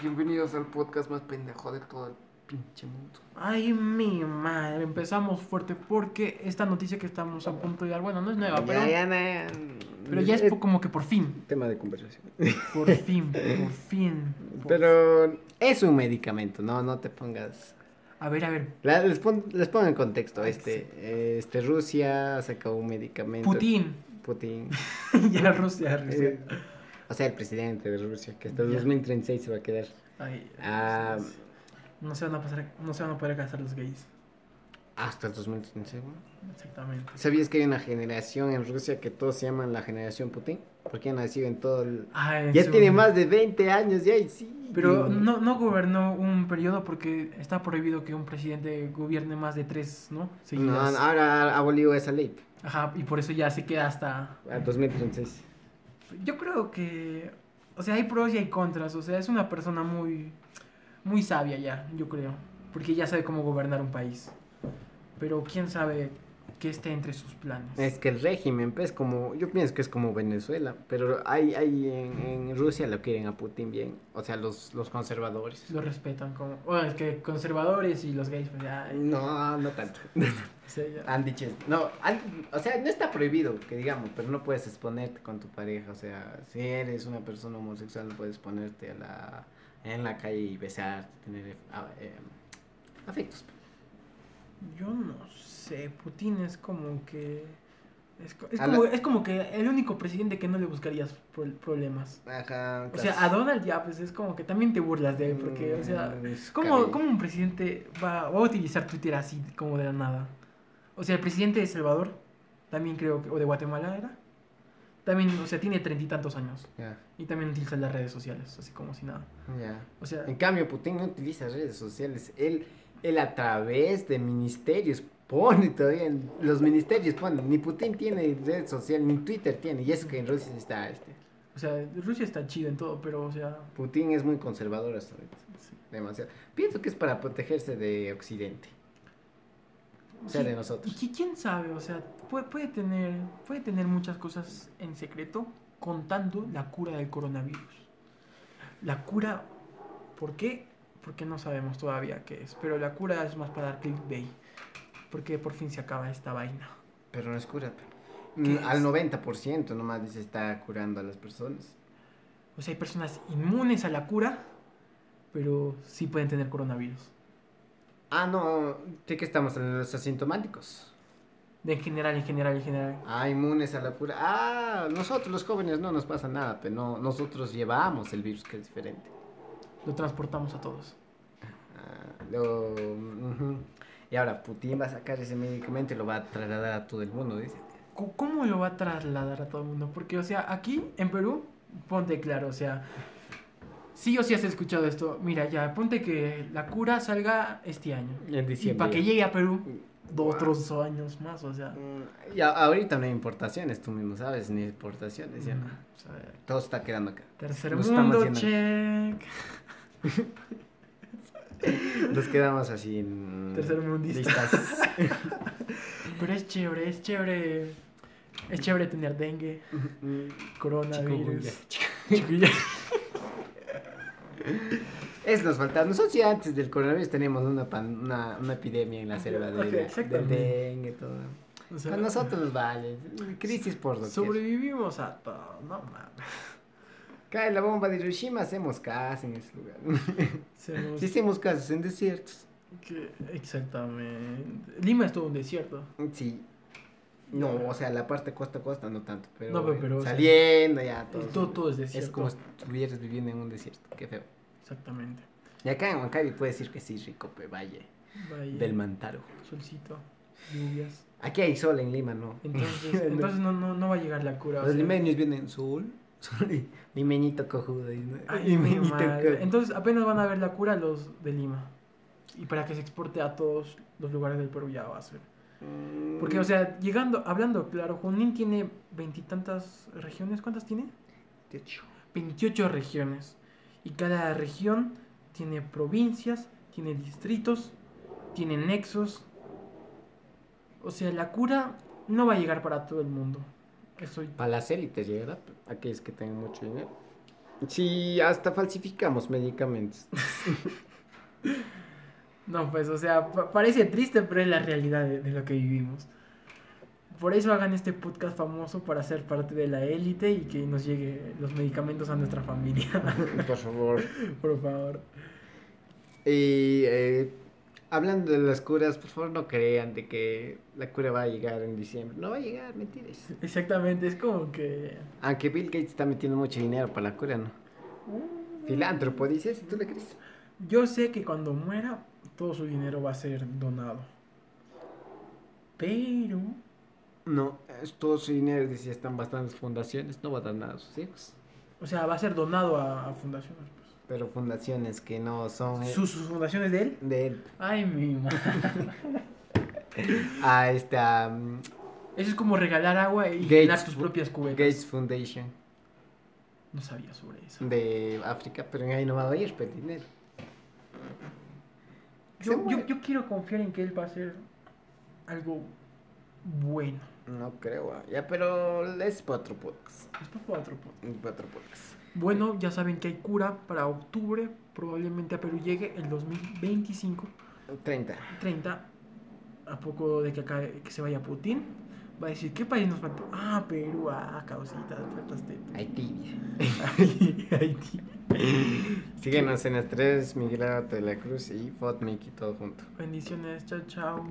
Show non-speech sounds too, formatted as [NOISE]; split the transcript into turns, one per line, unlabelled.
Bienvenidos al podcast más pendejo de todo el pinche mundo.
Ay, mi madre, empezamos fuerte porque esta noticia que estamos a punto de dar, bueno, no es nueva, pero, pero ya es po- como que por fin,
tema de conversación. [LAUGHS]
por fin, por fin. por-
Pero Pues, es un medicamento, no, no te pongas.
A ver, a ver,
La- les, pon- les pongo en contexto.
Ay,
Este, eh, este Rusia sacó un medicamento.
Putin. [LAUGHS]
Putin.
ya Rusia, Rusia.
Eh, o sea, el presidente de Rusia, que hasta el
Ya.
2036 se va a quedar.
Ay,
Ah,
no se van a pasar, no se van a poder casar los gays.
hasta el 2036. ¿no?
Exactamente.
¿Sabías que hay una generación en Rusia que todos se llaman la generación Putin? Porque han nacido en todo el...
Ay,
Ya
sí,
tiene
bueno.
más de 20 años, ya, y sí.
Ah, Pero no, no gobernó un periodo porque está prohibido que un presidente gobierne más de tres, ¿no?
No,
Seguidas.
ahora ha abolido esa ley,
Ajá, y por eso ya se queda hasta...
al 2036.
Yo creo que... O sea, hay pros y hay contras. O sea, es una persona muy... Muy sabia ya, yo creo. Porque ya sabe cómo gobernar un país. Pero quién sabe qué esté entre sus planes.
Es que el régimen, pues, como, yo pienso que es como Venezuela, pero hay, hay en, en Rusia lo quieren a Putin bien, o sea, los, los conservadores.
Lo respetan como... Bueno, es que conservadores y los gays, pues ya...
No, no tanto. [LAUGHS]
se- ya-
Han dicho, no, han- o sea, no está prohibido, que digamos, pero no puedes exponerte con tu pareja, o sea, si eres una persona homosexual no puedes ponerte a la, en la calle y besar, tener ah, eh, afectos.
Yo no sé, Putin es como que... Es, co- es
A la-
como, es como que el único presidente que no le buscarías pro- problemas.
Ajá.
O sea, a Donald ya, pues es como que también te burlas de él, porque, o
Mm,
sea, ¿cómo, cómo un presidente va, va a utilizar Twitter así como de la nada? O sea, el presidente de El Salvador, también creo que, o de Guatemala era, también, o sea, tiene treinta y tantos años
Ya,
y también utiliza las redes sociales, así como si nada.
ya.
O sea,
En cambio, Putin no utiliza redes sociales. Él, él a través de ministerios pone todavía, en- los ministerios ponen, ni Putin tiene red social, ni Twitter tiene, y eso que en Rusia está este.
o sea, Rusia está chido en todo, pero, o sea,
Putin es muy conservador hasta ahorita,
sí.
demasiado. Pienso que es para protegerse de Occidente, o sea,
Sí,
de
Y
nosotros.
que quién sabe, o sea, puede, puede, tener, puede tener muchas cosas en secreto contando la cura del coronavirus. La cura, ¿por qué? Porque no sabemos todavía qué es, pero la cura es más para dar clickbait, porque por fin se acaba esta vaina.
Pero no es cura. pe.
¿Qué
Mm, Al
es?
90% nomás se está curando a las personas.
O sea, hay personas inmunes a la cura, pero sí pueden tener coronavirus.
Ah, no, sí que estamos en los asintomáticos.
De en general, en general, en general.
Ah, inmunes a la cura. Ah, nosotros los jóvenes no nos pasa nada, pero no, nosotros llevamos el virus que es diferente.
Lo transportamos a todos.
Ah, lo- ujú. Y ahora Putin va a sacar ese medicamento y lo va a trasladar a todo el mundo, dice.
Co- ¿Cómo lo va a trasladar a todo el mundo? Porque, o sea, aquí en Perú, ponte claro, o sea, sí o sí has escuchado esto. Mira, ya, ponte que la cura salga este año.
En
Y para que llegue a Perú,
Wow.
otros años más, o sea.
Mm, Y a- ahorita no hay importaciones, tú mismo sabes, ni exportaciones, ya no.
o sea,
Todo está quedando acá.
tercer
Nos estamos
mundo,
yendo.
check.
Nos quedamos así en...
Tercermundistas. [LAUGHS]
listas.
Pero es chévere, es chévere. Es chévere tener dengue,
Mm, chikungunya.
coronavirus. chikungunya.
Es nos falta. Nosotros ya antes del coronavirus teníamos una, pan- una, una epidemia en la selva de,
Ok,
del
exactamente.
dengue, todo.
O sea,
A nosotros nos vale. Crisis por doquier.
sobrevivimos a todo, no mames.
Cae la bomba de Hiroshima, hacemos casas en ese lugar.
Se nos-
[LAUGHS] Sí hacemos casas en desiertos.
Que- Exactamente. Lima es todo un desierto.
Sí. No, o sea, la parte costa a costa no tanto, pero,
No, pero- pero, o sea,
saliendo ya todo.
Es todo, todo es
es
desierto.
como si estuvieras viviendo en un desierto, qué feo.
Exactamente.
Y acá en Huancayo puedes decir que sí, rico, pe, valle,
Bahía,
del Mantaro.
Solcito,
[LAUGHS]
lluvias.
Aquí hay sol en Lima, ¿no?
Entonces, entonces no, no, no va a llegar la cura. o
Los
sea.
limeños vienen sol, [LAUGHS] sol y limeñito cojudo. y-
Ay, mi
Limeñito
madre.
cojudo.
Entonces apenas van a ver la cura los de Lima. Y para que se exporte a todos los lugares del Perú ya va a ser. Porque, o sea, llegando, hablando, claro, Junín tiene veintitantas regiones. ¿Cuántas tiene?
De hecho.
28 regiones. Y cada región tiene provincias, tiene distritos, tiene nexos. O sea, la cura no va a llegar para todo el mundo. Eso
Para las élites llegará, aquellos que tengan mucho dinero. Sí, hasta falsificamos medicamentos. [LAUGHS]
No, pues, o sea, pa- parece triste, pero es la realidad de, de lo que vivimos. Por eso hagan este podcast famoso para ser parte de la élite y que nos llegue los medicamentos a nuestra familia, [LAUGHS]
Por favor.
por favor.
Y eh, hablando de las curas, por favor no crean de que la cura va a llegar en diciembre. No va a llegar, mentiras.
Exactamente, es como que...
Aunque Bill Gates está metiendo mucho dinero para la cura, ¿no?
uh.
Filántropo, dices, ¿tú le crees?
Yo sé que cuando muera, todo su dinero va a ser donado. Pero...
No, es todo su dinero, decía, están bastantes fundaciones, no va a dar nada a sus hijos.
O sea, va a ser donado a, a fundaciones. pues.
Pero fundaciones que no son eh,
¿Sus, sus fundaciones de él?
de él.
Ay, mi [LAUGHS] madre.
A esta mm,
Eso es como regalar agua y
Gates
llenar tus
Fu-
propias cubetas.
Gates Foundation
No sabía sobre eso.
de África, pero ahí no va a ir, pero dinero. Se
Yo, yo,
muere.
yo quiero confiar en que él va a hacer algo bueno.
No creo, ah, ya, pero es para otro podcast.
Esto fue otro podcast.
Para otro podcast.
Bueno, ya saben que hay cura para octubre. Probablemente a Perú llegue el 2025.
30.
30. A poco de que acá que se vaya Putin. Va a decir, ¿qué país nos falta? Ah, Perú, ah, causita, faltaste. [LAUGHS]
Haití.
Haití.
Síguenos en las tres, Miguel Ávila de la Cruz y Fotmiki, todo junto.
Bendiciones, chao, chao.